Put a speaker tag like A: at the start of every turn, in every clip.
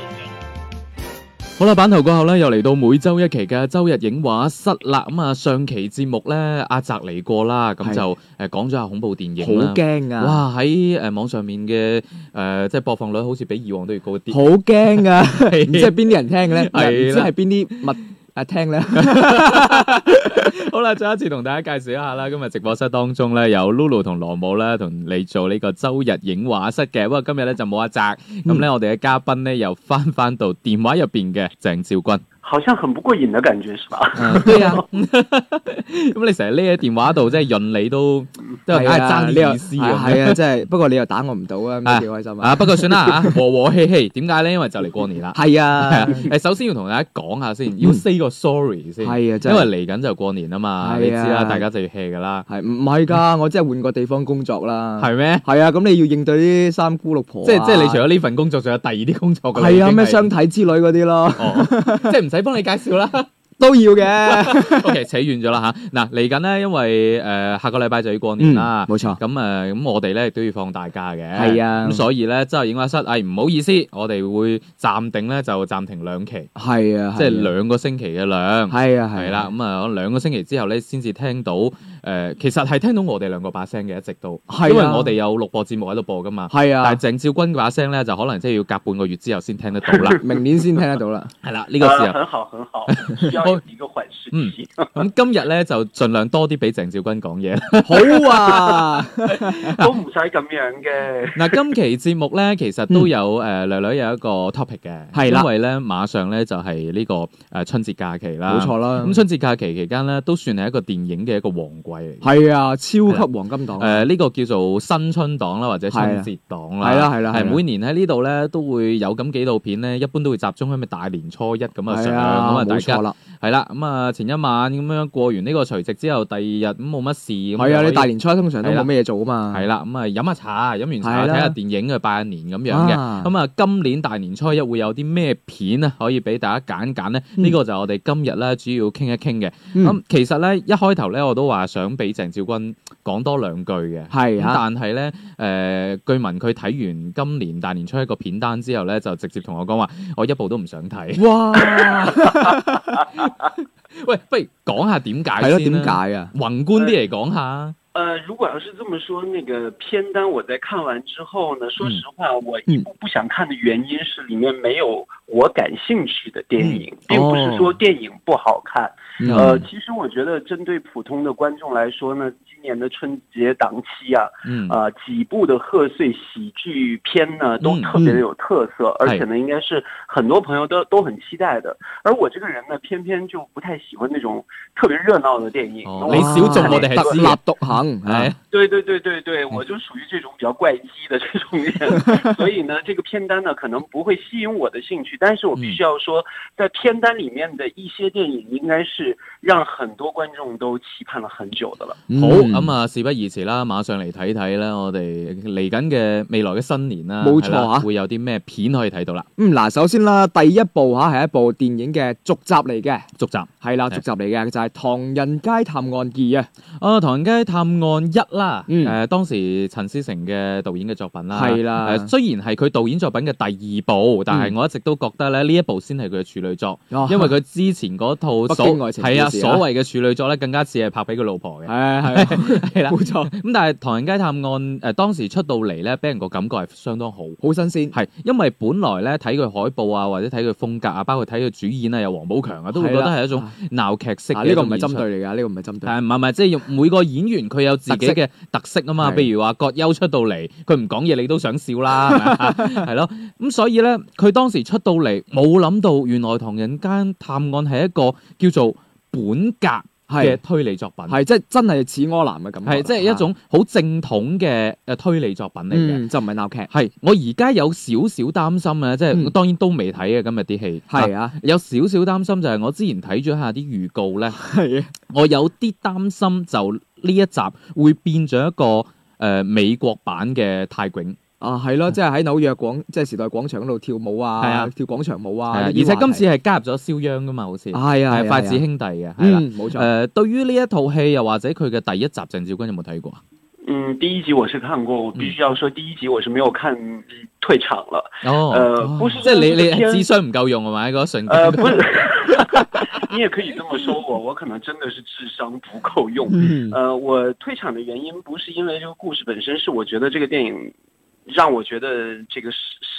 A: 影。
B: 好啦，版頭過後咧，又嚟到每周一期嘅周日影畫室啦。咁啊，上期節目咧，阿澤嚟過啦，咁
C: 係
B: 就誒講咗下恐怖電
C: 好
B: 影啦。
C: 驚啊！
B: 哇！喺誒網上面嘅誒，即係播放率好似比以往都要高啲。
C: 好驚啊！唔 知 係
B: 係
C: 邊啲人聽嘅咧？
B: 係啦
C: 唔知係邊啲物啊聽 咧？
B: 好啦，再一次同大家介紹一下啦。今日直播室當中咧，有 Lulu 同羅姆啦，同你做呢個周日影畫室嘅。不過今日咧就冇阿澤，咁
C: 嗯
B: 咧我哋嘅嘉賓咧又翻翻到電話入邊嘅鄭少 君。
D: 好像很不過癮的感覺，是吧？
C: 對啊，
B: 咁你成日匿喺電話度，即係潤你都都係
C: 係啊，
B: 爭
C: 你又
B: 啲意思啊。
C: 係 啊，真係。不過你又打我唔到啊，
B: 啊
C: 咁幾開心 啊！
B: 啊，不過算 啦嚇，和和氣氣。點解咧？因為就嚟過年啦。
C: 係
B: 係啊
C: 啊，，
B: 誒，首先要同大家講下先，要 say 個 sorry 先，
C: 嗯係啊，真
B: 因為
C: 係。
B: 嚟緊就過年啊嘛，
C: 係啊
B: 你知啦，大家就要 hea 噶啦，
C: 係唔係㗎？我真係換個地方工作啦。
B: 嗯係咩？
C: 係啊，咁你要應對啲三姑六婆啊。
B: 即係即係你除咗呢份工作，仲有第二啲工作㗎啦。已
C: 係
B: 經
C: 啊
B: 係
C: 咩相體之類嗰啲咯，
B: 哦，即係唔使幫你介紹啦。
C: 都要嘅。
B: OK，扯遠咗啦吓，嗱，嚟緊咧，因為誒下個禮拜就要過年啦。
C: 嗯冇錯。
B: 咁誒，咁我哋咧亦都要放大假嘅，
C: 係啊
B: 咁所以咧，即係影畫室，誒唔好意思，我哋會暫定咧就暫停兩期，
C: 係啊，
B: 即係兩個星期嘅兩，
C: 係啊，
B: 係
C: 係
B: 啦，，咁啊兩個星期之後咧，先至聽到誒、呃其實係聽到我哋兩個把聲嘅，一直到，
C: 係啊
B: 因為我哋有錄播節目喺度播噶嘛。
C: 係
B: 但
C: 啊，
B: 係鄭少君嘅把聲咧，就可能即係要隔半個月之後先聽得到啦。
C: 明年先聽得到 啦。
B: 係啦，呢、個時
D: 呃
B: 候，
D: 很好，很好，需要一個緩釋期。
B: 咁今日咧就盡量多啲俾鄭少君講嘢。
C: 好啊，
D: 都唔使咁樣嘅。
B: 嗱，今期節目咧其實都有誒、呃略略有一個 topic 嘅，
C: 嗯係啦
B: 因為咧馬上咧就係、呢、個誒、呃春節假期啦。
C: 冇錯。啦。
B: 咁春節假期期間咧，都算係一個電影嘅一個旺季嚟嘅。
C: 係啊，超級黃金檔。
B: 呃誒呢、個叫做新春檔啦，或者春節檔啦，
C: 係啦係啦係
B: 係
C: 啦
B: 每年喺呢度咧都會有咁幾套片咧，一般都會集中喺咪大年初一咁啊上，
C: 係
B: 咁
C: 啊，
B: 啊大
C: 冇錯
B: 家
C: 啦。
B: 係啦，咁啊前一晚咁樣過完呢個除夕之後，第二日咁冇乜事，係
C: 係啊，你大年初一通常都冇咩嘢做啊嘛。
B: 係啦，咁啊飲下茶，飲完茶
C: 係啦
B: 睇下電影啊，拜下年咁樣嘅。
C: 啊
B: 咁啊，今年大年初一會有啲咩片啊，可以俾大家揀揀咧？
C: 嗯
B: 呢個就我哋今日咧主要傾一傾嘅。
C: 嗯
B: 咁其實咧一開頭咧我都話想俾鄭少君講多兩句嘅。
C: 係
B: 咁
C: 嚇，
B: 但係咧，誒、據聞佢睇完今年大年初一個片單之後咧，就直接同我講話，我一部都唔想 睇。
C: 哇，
B: 喂，不如講下點解
C: 係咯，
B: 先
C: 點
B: 啦？
C: 解啊？
B: 宏觀啲嚟講下，
D: 呃，如果要是這麼說，那個片單我在看完之後呢，说實話，我一部不想看的原因是裡面沒有我感興趣的電影，並不是說電影不好看。
B: 哦
C: 嗯
D: 呃，其實我覺得針對普通的觀眾來說呢，今年的春節檔期啊，
B: 嗯，
D: 呃，幾部的賀歲喜劇片呢，都
B: 嗯
D: 特別的有特色，
B: 嗯
D: 而且呢，应该是很多朋友都都很期待的。而我这个人呢，偏偏就不太喜歡那種特別熱鬧的電影。
B: 哦
D: 我
B: 你少做我哋係
C: 特
B: 知
C: 立
B: 嘅
C: 獨 行，啊
B: 係啊
C: 係
D: 对对对对对，
B: 嗯
D: 我就屬於這種比較怪機的這種 人，所以呢，這個片單呢可能不會吸引我的興趣，但是我必須要說，在片單裡面的一些電影，應該是讓很多觀眾都期盼了很久的了。
C: 嗯
B: 好咁啊，事不宜遲啦，馬上嚟睇睇啦，我哋嚟緊嘅未來嘅新年啦，
C: 冇錯
B: 係啦
C: 啊
B: 會有啲咩片可以睇到啦？
C: 嗯，嗱，首先啦，第一部嚇係一部電影嘅續集嚟嘅，
B: 續集
C: 係啦，
B: 係
C: 續集嚟嘅就係《唐人街探案二》啊，
B: 啊，《唐人街探案一》啦，誒、呃
C: 嗯
B: 當時陳思誠嘅導演嘅作品啦，
C: 係啦
B: 誒雖然係佢導演作品嘅第二部，但係
C: 嗯
B: 我一直都覺得咧呢一部先係佢嘅處女作，
C: 哦
B: 因為 佢之前嗰套
C: 北
B: 所
C: 京愛情
B: 係啊
C: 故事啊啊
B: 所謂嘅處女作咧，更加似係拍俾佢老婆嘅。
C: 係係
B: 係啦，
C: 冇錯，
B: 咁但係《唐人街探案》誒、當時出到嚟咧，俾人個感覺係相當好。
C: 好新鮮，
B: 係，因為本來咧睇佢海報啊，或者睇佢風格啊，包括睇佢主演啊，有黃寶強啊，都會覺得係一種
C: 啊
B: 鬧劇式
C: 啊
B: 嘅
C: 呢
B: 一
C: 個唔
B: 種
C: 係
B: 演出。
C: 針對嚟㗎，呢個唔係針對，
B: 係唔係唔係，即係每個演員佢有自己
C: 特
B: 嘅特色啊嘛。
C: 係
B: 譬如話葛優出到嚟，佢唔講嘢你都想笑 啦，係咪係咯。咁所以咧，佢當時出到嚟，冇諗到原來唐人街探案係一個叫做本格嘅
C: 係
B: 推理作品，
C: 係即係真係似柯南嘅感覺，
B: 係即係一種好正統嘅誒推理作品嚟嘅。
C: 嗯就唔係鬧劇，
B: 係，我而家有少少擔心啊，即係、
C: 嗯
B: 當然都未睇嘅今日啲戲，
C: 係啊，
B: 有少少擔心就係我之前睇咗下啲預告咧，
C: 係啊，
B: 我有啲擔心就呢一集會變咗一個誒、呃美國版嘅泰囧，
C: 啊，係咯，即係喺紐約廣，即係時代廣場嗰度跳舞啊，
B: 係啊
C: 跳廣場舞啊，
B: 係啊而
C: 呢
B: 且
C: 啲話題
B: 今次係加入咗肖央噶嘛，好似
C: 係啊係啊
B: 係
C: 係
B: 筷
C: 啊
B: 子兄弟嘅，係啦。
C: 嗯冇錯，
B: 誒，對於呢一套戲又或者佢嘅第一集，鄭少君有冇睇過啊？
D: 嗯，第一集我是看过，我必须要说第一集我是没有看嗯退场了。呃
B: 哦，
D: 不是
B: 即係你
D: 这个
B: 你
D: 片
B: 智商唔夠用係咪？嗰一瞬間
D: 呃，不是， 你也可以这么说我，我可能真的是智商不够用。
C: 嗯
D: 呃，我退场的原因不是因为这个故事本身，是我觉得这个电影让我觉得这个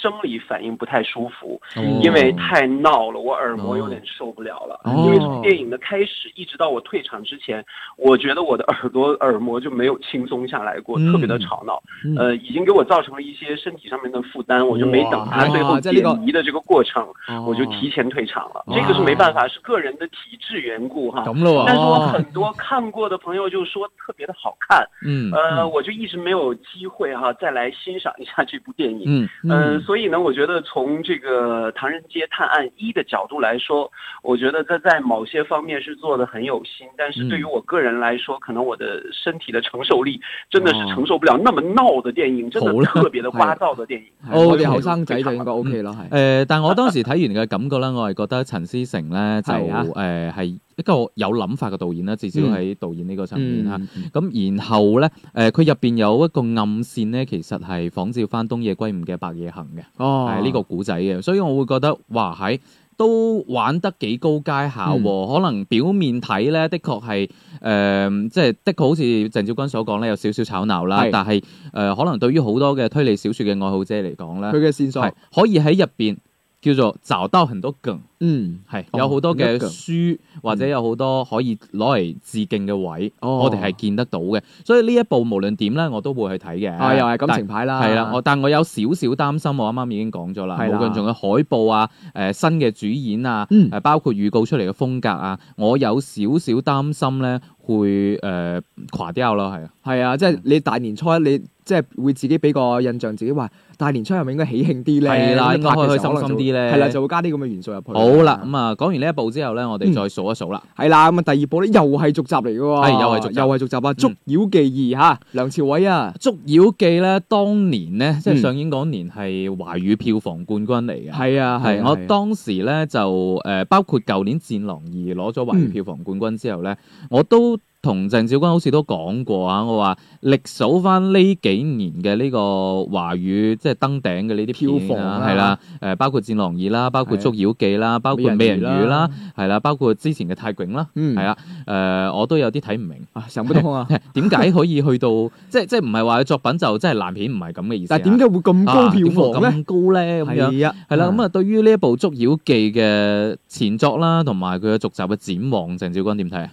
D: 生理反应不太舒服，
B: 哦
D: 因为太闹了，我耳膜
B: 哦
D: 有点受不了了。
B: 哦
D: 因为从电影的开始一直到我退场之前，我觉得我的耳朵耳膜就没有轻松下来过，
B: 嗯
D: 特别的吵闹，
B: 嗯
D: 呃，已经给我造成了一些身体上面的负担，我就没等
B: 啊
C: 哇
D: 它最后
C: 这个
D: 解离的这个过程，
C: 哦
D: 我就提前退场了。
B: 哦
D: 这个是没办法，是个人的体质缘故哈。
B: 咁咯
D: 但是我
B: 喎，哦
D: 很多看过的朋友就说特别的好看，
B: 嗯
D: 呃，我就一直没有机会哈、再来欣赏一下这部电影。
B: 嗯
D: 嗯、所以呢，我觉得从这个《唐人街探案一》的角度来说，我觉得它在某些方面是做的很有心，但
B: 嗯
D: 是对于我个人来说，可能我的身体的承受力真的是承受不了那么闹的电影，真的
B: 好哎啦
D: 特别的聒噪的 电影。
C: 係我
B: OK
C: 哋後生仔就應該 OK 啦，
B: 誒、
C: 係
B: 呃但我當時睇完嘅感覺咧，我係覺得陳思成咧就誒
C: 係啊
B: 係、一個有諗法嘅導演啦，至少喺導演呢個層面嚇。
C: 嗯
B: 咁、然後咧，誒佢入邊有一個暗線咧，其實係仿照翻東野圭吾嘅《白夜行》嘅，
C: 哦
B: 係呢、個古仔嘅，所以我會覺得哇喺。都玩得幾高階下喎、
C: 嗯
B: 可能表面睇咧，的確係誒、即係的確好似鄭少君所講咧，有少少吵鬧啦
C: 係。
B: 但係誒、可能對於好多嘅推理小説嘅愛好者嚟講咧，
C: 佢嘅線索
B: 係，可以喺入邊叫做找到很多勁，
C: 嗯
B: 係
C: 哦
B: 有好多嘅
C: 很多
B: 書或者有好多可以攞嚟致敬嘅位，
C: 哦
B: 我哋係見得到嘅。所以呢一部無論點咧，我都會去睇嘅。
C: 啊又係感
B: 但。
C: 情牌啦，
B: 係啦，我但我有少少擔心，我啱啱已經講咗啦，
C: 係
B: 無
C: 啦
B: 論仲有海報啊、誒、新嘅主演啊、
C: 嗯
B: 誒包括預告出嚟嘅風格啊，我有少少擔心咧會誒、呃垮掉咯，係啊，
C: 係啊，即係你大年初一你即係會自己俾個印象自己話大年初一係咪應該喜慶啲咧？
B: 係啦
C: 咁
B: 應該
C: 拍嘅時候
B: 開開心心啲咧
C: 可能就會係啦，就會加啲咁嘅元素入去。
B: 好啦，咁啊講完呢一部之後咧，我哋
C: 嗯
B: 再數一數啦。
C: 係啦，咁啊第二部咧又係續集嚟嘅喎，
B: 係又係續集嗯
C: 又係續集啊，《捉妖記二》吓，梁朝偉啊
B: 《捉妖記》咧，當年咧，即係
C: 嗯
B: 上映嗰年係華語票房冠軍嚟嘅。
C: 係啊
B: 係
C: 啊
B: 我
C: 啊
B: 當時咧就誒、呃包括舊年《戰狼二》攞咗華語票房冠軍之後咧，我都同鄭少君好似都講過啊，我話歷數翻呢幾年嘅呢個華語即係登頂嘅呢啲
C: 票
B: 片
C: 房
B: 啊
C: 啦
B: 係啦，誒、包括《戰狼二》啦，包括《
C: 係啊
B: 捉妖記》啦，包括《美人魚》啦，，係啦，包括之前嘅《泰囧》啦，
C: 嗯
B: 係啦，誒、我都有啲睇唔明。
C: 啊想不 通啊！
B: 點解可以去到 即係即係唔係話作品就真係爛片唔係咁嘅意思啊？
C: 但係點解會咁高
B: 啊
C: 票房咧？
B: 點解咁高咧？咁樣
C: 係啊，
B: 係啦，咁啊，對於呢一部《捉妖記》嘅前作啦，同埋佢嘅續集嘅展望，鄭少君點睇啊？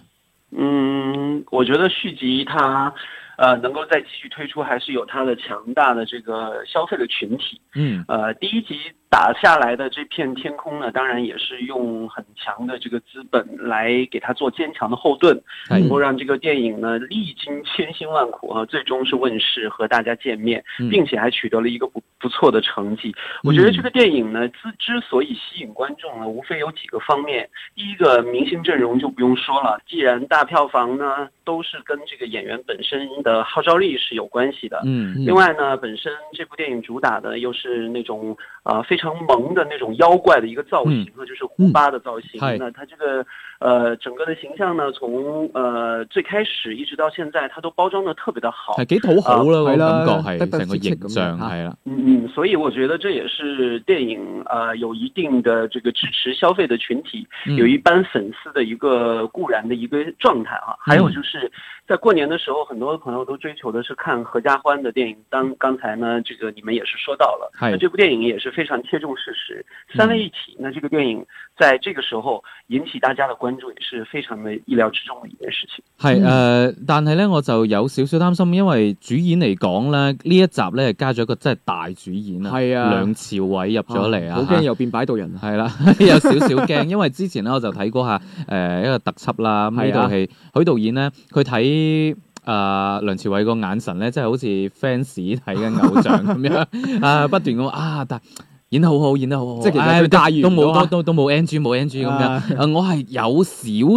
D: 嗯，我觉得续集它，呃，能够再继续推出，还是有它的强大的这个消费的群体。
B: 嗯
D: 呃，第一集打下来的这片天空呢，当然也是用很强的这个资本来给它做坚强的后盾，能
C: 嗯
D: 够
B: 係
D: 让这个电影呢历经千辛万苦啊，最终是问世和大家见面，
B: 嗯
D: 并且还取得了一个不不错的成绩。我觉得这个电影呢，之之所以吸引观众呢，无非有几个方面。第一个，明星阵容就不用说了，既然大票房呢都是跟这个演员本身的号召力是有关系的。
B: 嗯
D: 另外呢，本身这部电影主打的又是那种呃非常萌的那种妖怪的一个造型啊，就是胡巴的造型。
B: 嗯
D: 那它这个呃整个的形象呢，从呃最开始一直到现在，它都包装的特别的好。
B: 係幾討好啦，
C: 啊
B: 個
C: 係啦
B: 感覺
C: 得
B: 係
C: 得
B: 成個
C: 戚戚
B: 形
C: 咁
B: 象
C: 樣啊
B: 係啦，
D: 嗯，嗯，所以我觉得这也是电影呃有一定的这个支持消费的群体，
B: 嗯
D: 有一般粉丝的一个固然的一个状态啊。还
B: 嗯
D: 有就是在过年的时候，很多朋友都追求的是看合家欢的电影。当刚才呢，这个你们也是说到了，
B: 嗨嗯
D: 那这部电影也是非常切中事实，三位一体。那这个电影在这个时候引起大家的关注，也是非常的意料之中的一件事情。
B: 係
C: 嗯
B: 誒，但係咧我就有少少擔心，因為主演嚟講咧，呢一集咧加咗一個真係大主演啊，
C: 係啊
B: 梁朝偉入咗嚟啊，
C: 好驚又變擺渡人啊！
B: 係啦， 有少少驚，因為之前咧我就睇過下誒、一個特輯啦，咁呢
C: 係啊
B: 套戲許導演咧佢睇。誒、梁朝偉個 眼神咧，真係好似 fans 睇緊偶像咁樣，啊不斷咁啊，但演得好好，演得好好，
C: 即係其實
B: 唉
C: 佢駕馭
B: 都
C: 唔到
B: 冇
C: 啊
B: 都都都冇 NG 冇 NG 咁
C: 啊
B: 樣。誒，我係有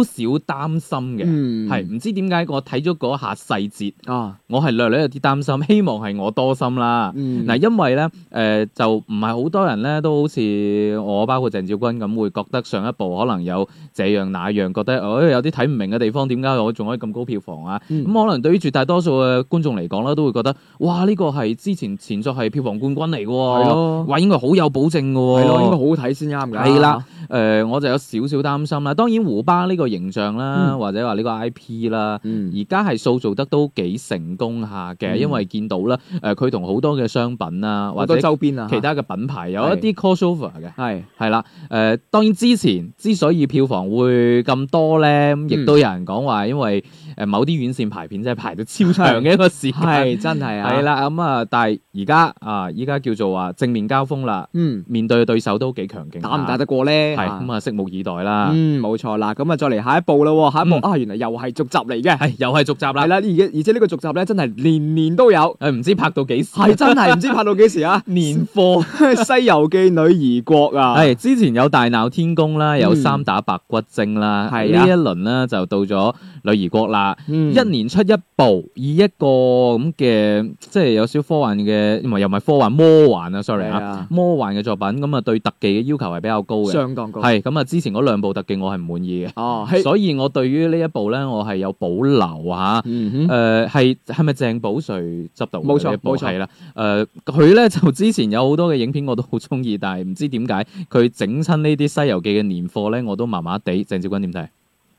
B: 少少擔心嘅，
C: 嗯
B: 係唔知點解我睇咗嗰下細節，
C: 啊，
B: 我係略略有啲擔心，希望係我多心啦。
C: 嗯
B: 嗱，因為咧，誒、就唔係好多人咧，都好似我包括鄭照君咁，會覺得上一部可能有這樣那樣，覺得誒、哎有啲睇唔明嘅地方，點解我仲可以咁高票房啊？咁、
C: 嗯
B: 可能對於絕大多數嘅觀眾嚟講咧，都會覺得哇，呢、個係之前前作係票房冠軍嚟嘅
C: 係
B: 喎，
C: 咯，
B: 哇，應該好有保證嘅喎，
C: 係咯，應該好好睇先啱㗎。
B: 係啦，誒、我就有少少擔心啦。當然胡巴呢個形象啦，
C: 嗯
B: 或者話呢個 IP 啦。
C: 嗯，
B: 而家係塑造得都幾成功下嘅，
C: 嗯
B: 因為見到啦，誒佢同好多嘅商品啊，
C: 好
B: 或者
C: 多周邊啊，
B: 其他嘅品牌有一啲 crossover 嘅，
C: 係
B: 係啦，誒、當然之前之所以票房會咁多咧，咁亦都有人講話，因為誒某啲院線排片真係排到超長嘅一個時間，
C: 係真係啊，
B: 係，啦，咁啊，但係而家啊，依家叫做話正面交鋒啦，
C: 嗯，
B: 面對嘅對手都幾強勁，啊
C: 打唔打得過咧？
B: 係咁啊，拭目以待啦，係、
C: 嗯，冇錯啦，咁啊，再嚟下一步啦喎，下一步
B: 嗯
C: 啊，原來又係續集嚟嘅，
B: 又係續集
C: 係
B: 啦，
C: 啦，而且而且呢個續集咧，真係年年都有，
B: 誒唔知拍到幾時，！
C: 係真係唔知拍到幾時啊
B: 年貨。
C: 《西遊記》女兒國啊，
B: 係之前有大鬧天宮啦，有
C: 嗯
B: 三打白骨精啦，呢
C: 係啊
B: 一輪咧就到咗女兒國啦。
C: 嗯
B: 一年出一部，以一個咁嘅即係有少科幻嘅，唔係又唔係科幻魔幻啊，sorry
C: 係
B: 啊
C: 啊，
B: 魔幻嘅作品咁啊，對特技嘅要求係比較高嘅。
C: 相當高，
B: 係咁啊，之前嗰兩部特技我係唔滿意嘅，
C: 哦，係，
B: 所以我對於呢一部咧，我係有保留啊吓。
C: 嗯哼，
B: 誒係係咪鄭保瑞執導嘅
C: 冇錯
B: 呢一部
C: 冇錯
B: 係啦，誒佢咧 就之前有好多嘅影片我都好中意，但係唔知點解佢整親呢啲《西遊記》嘅年貨咧，我都麻麻地。鄭少君點睇？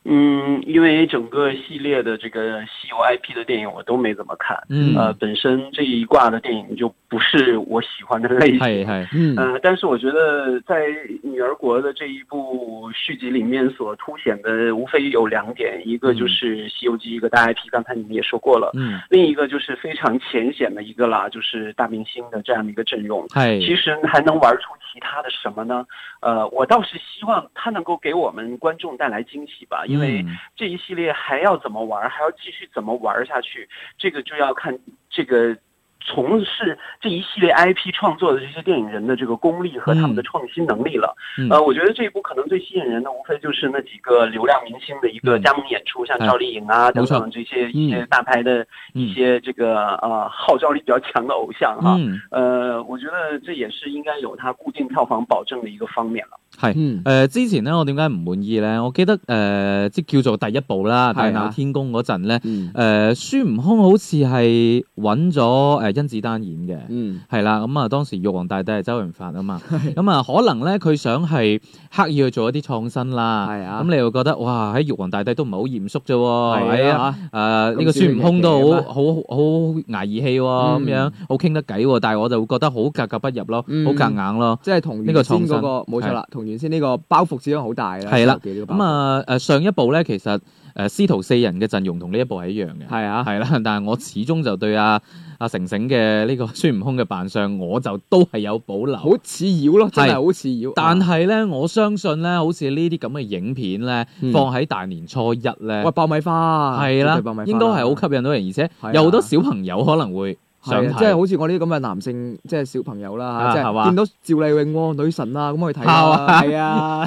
D: 嗯，因为整个系列的这个西游 IP 的电影我都没怎么看，
B: 嗯
D: 呃，本身这一挂的电影就不是我喜欢的类型。
B: 係係
C: 嗯，
D: 呃，但是我觉得在女儿国的这一部续集里面所凸显的，无非有两点，一个就是《西游记》一个大 IP，刚才你们也说过了，
B: 嗯
D: 另一个就是非常浅显的一个啦，就是大明星的这样的一个阵容。其
B: 係
D: 实还能玩出其他的什么呢？呃，我倒是希望它能够给我们观众带来惊喜吧，因为
B: 嗯
D: 这一系列还要怎么玩，还要继续怎么玩下去，这个就要看这个从事这一系列 IP 创作的这些电影人的这个功力和他们的
B: 嗯
D: 创新能力了。
B: 嗯
D: 呃，我觉得这一部可能最吸引人的，无非就是那几个流量明星的一个
B: 嗯
D: 加盟演出，像赵丽颖啊
B: 没
D: 等
B: 错
D: 等这些一些大牌的一
B: 嗯
D: 些这个呃号召力比较强的偶像
C: 啊
D: 哈。
B: 嗯
D: 呃，我觉得这也是应该有它固定票房保证的一个方面了。
B: 係。
C: 嗯，
B: 誒、之前咧，我點解唔滿意咧？我記得誒、呃即叫做第一部啦，《大
C: 係啊
B: 鬧天宮》嗰陣咧，誒、
C: 嗯，
B: 孫悟空好似係揾咗誒呃甄子丹演嘅，
C: 嗯，
B: 係啦，咁啊當時玉皇大帝係周潤發啊 嘛，咁啊可能咧佢想係刻意去做一啲創新啦，
C: 係啊
B: 咁你又覺得哇喺玉皇大帝都唔係好嚴肅啫喎，
C: 係
B: 係啊，
C: 啊，
B: 誒呢個
C: 咁
B: 孫悟空
C: 少
B: 都好
C: 年啊
B: 好好捱義氣喎，咁
C: 嗯
B: 樣好傾得偈喎，但係我就會覺得好格格不入咯，
C: 嗯
B: 好夾硬咯。
C: 即係同
B: 呢
C: 原
B: 個
C: 先
B: 創新
C: 嗰個冇錯啦，同原先呢個包袱始終好大啦，
B: 係啦
C: 手機呢個包袱
B: 咁，啊誒上一部咧其實誒師徒四人嘅陣容同呢一部係一樣嘅，
C: 係啊，
B: 係啦， 但係我始終就對阿阿成成嘅呢個孫悟空嘅扮相，我就都係有保留。
C: 好啊似妖咯，真
B: 係
C: 係好似妖，
B: 但
C: 啊
B: 係咧，我相信咧，好似呢啲咁嘅影片咧，
C: 嗯
B: 放喺大年初一咧
C: 喂，爆米花啊
B: 係啦
C: 絕對爆米花，
B: 應該係好吸引到人，而且
C: 係啊
B: 有好多小朋友可能會想
C: 係啊即係
B: 睇。
C: 好似我呢啲咁嘅男性，即係小朋友啦，
B: 啊
C: 即
B: 係嘛
C: 係見到趙麗穎喎、女神啊，咁去睇
B: 係嘛
C: 啦，係啊，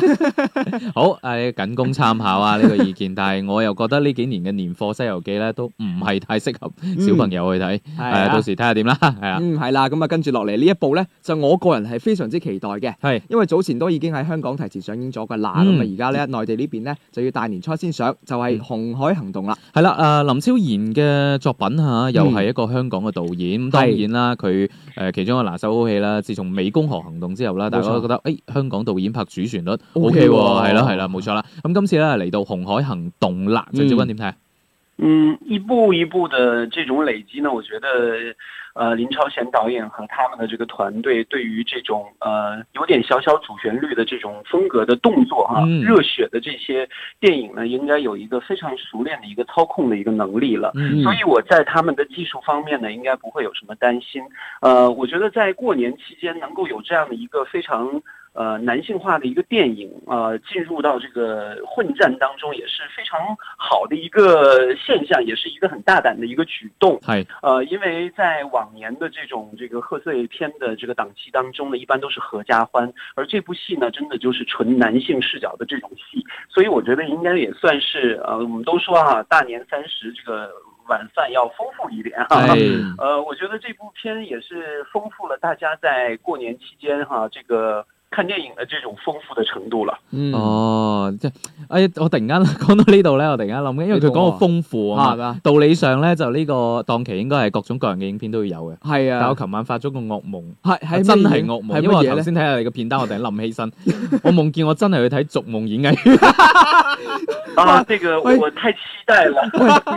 B: 好，誒僅供參考啊呢個意見， 但係我又覺得呢幾年嘅年貨《西遊記》咧都唔係太適合 小朋友去睇，
C: 係
B: 誒
C: 啊
B: 到時睇下點啦，係啊，
C: 嗯，係啦，咁啊，跟住落嚟呢一部咧，就我個人係非常之期待嘅，
B: 係
C: 因為早前都已經喺香港提前上映咗㗎啦，
B: 嗯
C: 咁啊而家咧內地呢邊咧就要大年初一先上，就係《紅海行動》啦，
B: 係啦，誒林超賢嘅作品嚇，又係一個香港嘅導演。咁當然啦，佢誒其中一個拿手好戲啦，自從《湄公河行動》之後啦，
C: 冇錯
B: 大家都覺得誒香港導演拍主旋律 O K
C: OK
B: 喎，
C: 喎
B: 係啦係啦，冇錯啦。咁今次咧嚟到《紅海行動》啦，
C: 嗯
B: 鄭少君點睇？
D: 嗯，一步一步的这种累积呢，我觉得，呃，林超贤导演和他们的这个团队对于这种呃有点小小主旋律的这种风格的动作哈、
B: 嗯
D: 热血的这些电影呢，应该有一个非常熟练的一个操控的一个能力了。
B: 嗯
D: 所以我在他们的技术方面呢，应该不会有什么担心。呃，我觉得在过年期间能够有这样的一个非常。呃男性化的一个电影，呃，进入到这个混战当中也是非常好的一个现象，也是一个很大胆的一个举动。
B: 系
D: 呃，因为在往年的这种这个贺岁片的这个档期当中呢，一般都是合家欢，而这部戏呢，真的就是纯男性视角的这种戏，所以我觉得应该也算是呃，我们都说哈、大年三十这个晚饭要丰富一点哈、
C: 哎
B: 系
D: 呃，我觉得这部片也是丰富了大家在过年期间哈、这个看电影的这种丰富的程度了。
C: 嗯，
B: 哦，即系，哎，我突然間 講到呢度咧，我突然間諗緊，因為佢
C: 你同
B: 講
C: 我
B: 到豐富啊
C: 係
B: 嘛，
C: 嘛，
B: 道理上咧就呢個檔期應該係各種各樣嘅影片都要有嘅。
C: 係
B: 但
C: 啊
B: 我，琴晚發咗個噩夢，啊
C: 係係
B: 真
C: 係
B: 係噩夢，
C: 係
B: 因為我
C: 乜嘢
B: 頭
C: 咧？
B: 先睇下你嘅片單，我突然諗起身， 我夢見我真係去睇《逐夢演藝圈》
D: 啊，这个
C: 喂
D: 我太期待了，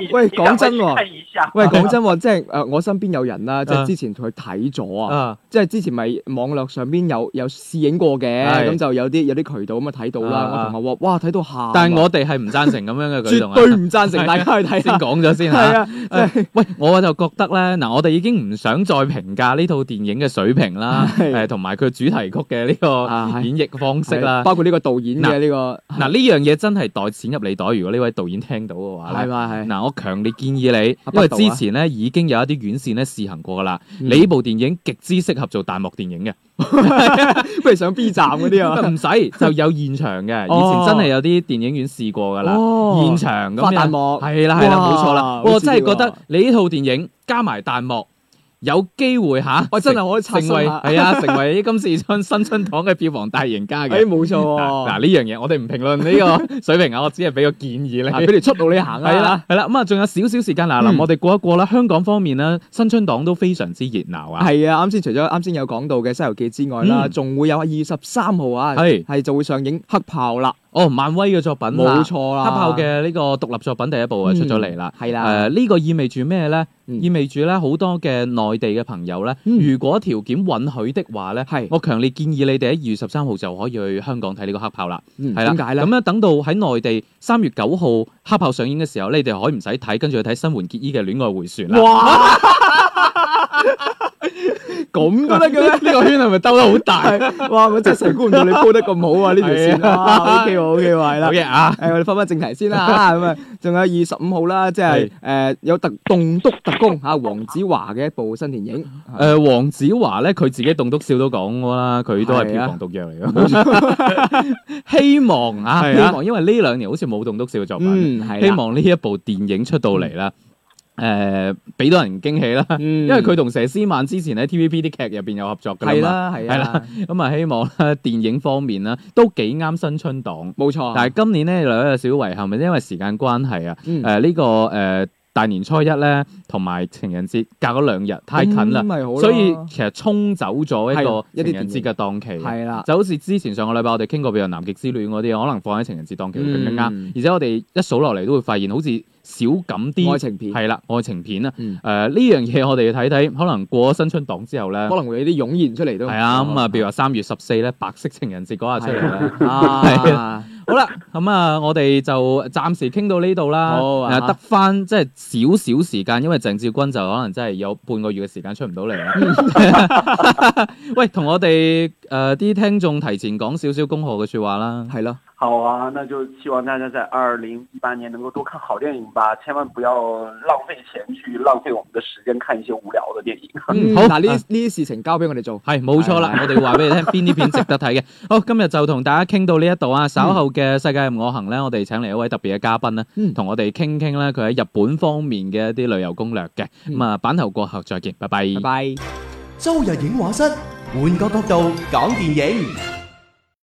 D: 你
C: 喂
D: 你赶
C: 講
D: 快
C: 真
D: 去
C: 喎
D: 看一下。
C: 喂，講真喎，即係誒，我身邊有人啦，即
B: 啊
C: 係之前佢睇咗 啊，
B: 啊，
C: 即係之前咪網絡上邊有有試影過嘅，
B: 係
C: 咁就有啲有啲渠道咁啊睇到
B: 啊
C: 啦。我同學話：哇，睇到喊啊！
B: 但係我哋係唔贊成咁樣嘅舉動
C: 絕
B: 啊，
C: 對唔贊成大家去睇
B: 先
C: 啊。
B: 講咗先
C: 係
B: 嚇。
C: 啊，即係
B: 喂，我就覺得咧，嗱，我哋已經唔想再評價呢套電影嘅水平啦，
C: 係
B: 誒，同埋佢主題曲嘅呢
C: 啊
B: 個
C: 係
B: 演繹方式啦。
C: 包括呢個導演嘅呢個
B: 嗱，呢樣嘢真係袋錢入你袋。如果呢位導演聽到嘅話
C: 係
B: 咧，
C: 嘛係。
B: 嗱，我強烈建議你，
C: 啊
B: 因為
C: 北道啊
B: 之前咧已經有一啲院線咧試行過噶啦。
C: 嗯
B: 你呢部電影極之適合做彈幕電影嘅，
C: 不如上 B 站嗰啲啊，
B: 唔使就有現場嘅。以
C: 哦
B: 前真係有啲電影院試過噶啦，
C: 哦
B: 現場咁
C: 發
B: 樣
C: 彈幕
B: 係啦係啦，
C: 哇
B: 冇錯啦。
C: 好
B: 我
C: 刺激
B: 真係覺
C: 喎
B: 得你呢套電影加埋彈幕，有機會吓，
C: 我真係可以
B: 成
C: 刷新
B: 為
C: 下。
B: 係啊，成為今次春新春檔嘅票房大贏家
C: 誒
B: 嘅。
C: 冇錯
B: 嗱
C: 喎
B: 嗱，呢樣嘢，我哋唔評論呢 個水平啊，我只係俾個建議
C: 嗱
B: 你。
C: 俾條出路你行啊。
B: 係啦，係啦，咁啊，仲有少少時間嗱，嗱，
C: 嗯
B: 我哋過一過啦。香港方面咧，新春檔都非常之熱鬧啊。
C: 係啊，啱先除咗啱先有講到嘅《西遊記》之外啦，
B: 嗯
C: 仲會有二十三號啊，
B: 係
C: 係就會上映《黑豹》啦，
B: 哦，漫威嘅作品啦
C: 冇錯啦，
B: 黑豹嘅呢個獨立作品第一部啊
C: 啊嗯
B: 出咗嚟啦。
C: 係啦，
B: 誒，呢個意味住咩咧？
C: 嗯
B: 意味住咧好多嘅內地嘅朋友咧，
C: 嗯
B: 如果條件允許的話咧，
C: 係
B: 我強烈建議你哋喺二月十三號就可以去香港睇呢個黑豹啦。
C: 嗯
B: 係啦，
C: 點解咧？
B: 咁咧等到喺內地三月九號黑豹上映嘅時候，你哋可以唔使睇，跟住去睇新垣結衣嘅《戀愛回旋》啦。
C: 哇！ 咁都得嘅 咩？
B: 呢個圈係咪兜得好 大？
C: 係 哇！我真係估唔到你鋪得咁好啊！呢條線
B: 係啊
C: 啊，OK 喎，OK 喎，係啦
B: 好。嘅啊！
C: 哎誒，我哋翻返正題 先啦，咁啊，仲有二十五號啦，即係
B: 係
C: 誒有特棟篤特工嚇黃子華嘅一部新電影，
B: 誒、呃黃子華咧，佢自己棟篤笑都講過啦，佢都係
C: 係
B: 票
C: 啊
B: 房毒藥嚟嘅。 希望啊，
C: 係
B: 希
C: 啊
B: 望，因為呢兩年好似冇棟篤笑嘅作品，
C: 嗯，係
B: 希
C: 啦，
B: 望呢一部電影出到嚟啦，誒、俾到人驚喜啦。
C: 因
B: 因為佢同佘詩曼之前喺 TVB 啲劇入邊有合作㗎
C: 係
B: 啦嘛，
C: 啦，係
B: 係
C: 啦
B: 啦，咁啊希望咧電影方面咧都幾啱新春檔，
C: 冇錯，
B: 但係今年咧有一個小遺憾，因為時間關係啊。誒呢、
C: 嗯
B: 個誒、呃大年初一咧，同埋情人節隔咗兩日，太近啦
C: 咁，咪好咯
B: 所以其實沖走咗一
C: 係
B: 個
C: 啊一啲
B: 情人節嘅檔期。
C: 係啦，
B: 就好似之前上個禮拜我哋傾過，譬如《南極之戀》嗰啲，可能放喺情人節檔期會更加啱。
C: 嗯
B: 而且我哋一數落嚟都會發現，好似少咁
C: 愛
B: 啲
C: 情片
B: 係啦，愛情片啊。
C: 嗯
B: 誒呢樣嘢我哋要睇睇，可能過咗新春檔之後咧
C: 可，能會有啲湧現出嚟都
B: 啊係啊咁啊，譬如話三月十四咧，白色情人節嗰日出嚟啦。 係
C: 啊，
B: 好啦，咁啊，我哋就暫時傾到呢度啦。
C: 好啊
B: 誒得翻即係少少時間，因為鄭少君就可能真係有半個月嘅時間出唔到嚟啦。 喂，同我哋誒啲聽眾提前講少少恭賀嘅説話啦。
C: 係咯，
D: 好啊，那就希望大家在二零一八年能够多看好电影吧，千万不要浪费钱去浪费我们的时间看一些无聊的电影。
B: 嗯好
C: 好，嗱呢啲呢啲事情交俾我哋做，
B: 係冇錯啦，我哋會話俾你 聽邊啲片值得睇嘅。好，今日就同大家傾到呢一度啊。稍後嘅世界任我行咧，我哋請嚟一位特別嘅嘉賓咧，
C: 嗯
B: 同我哋傾傾咧佢喺日本方面嘅一啲旅遊攻略嘅。
C: 嗯
B: 咁啊，版頭過後再見，拜
C: 拜拜。
A: 周日影畫室，換個角度講電影。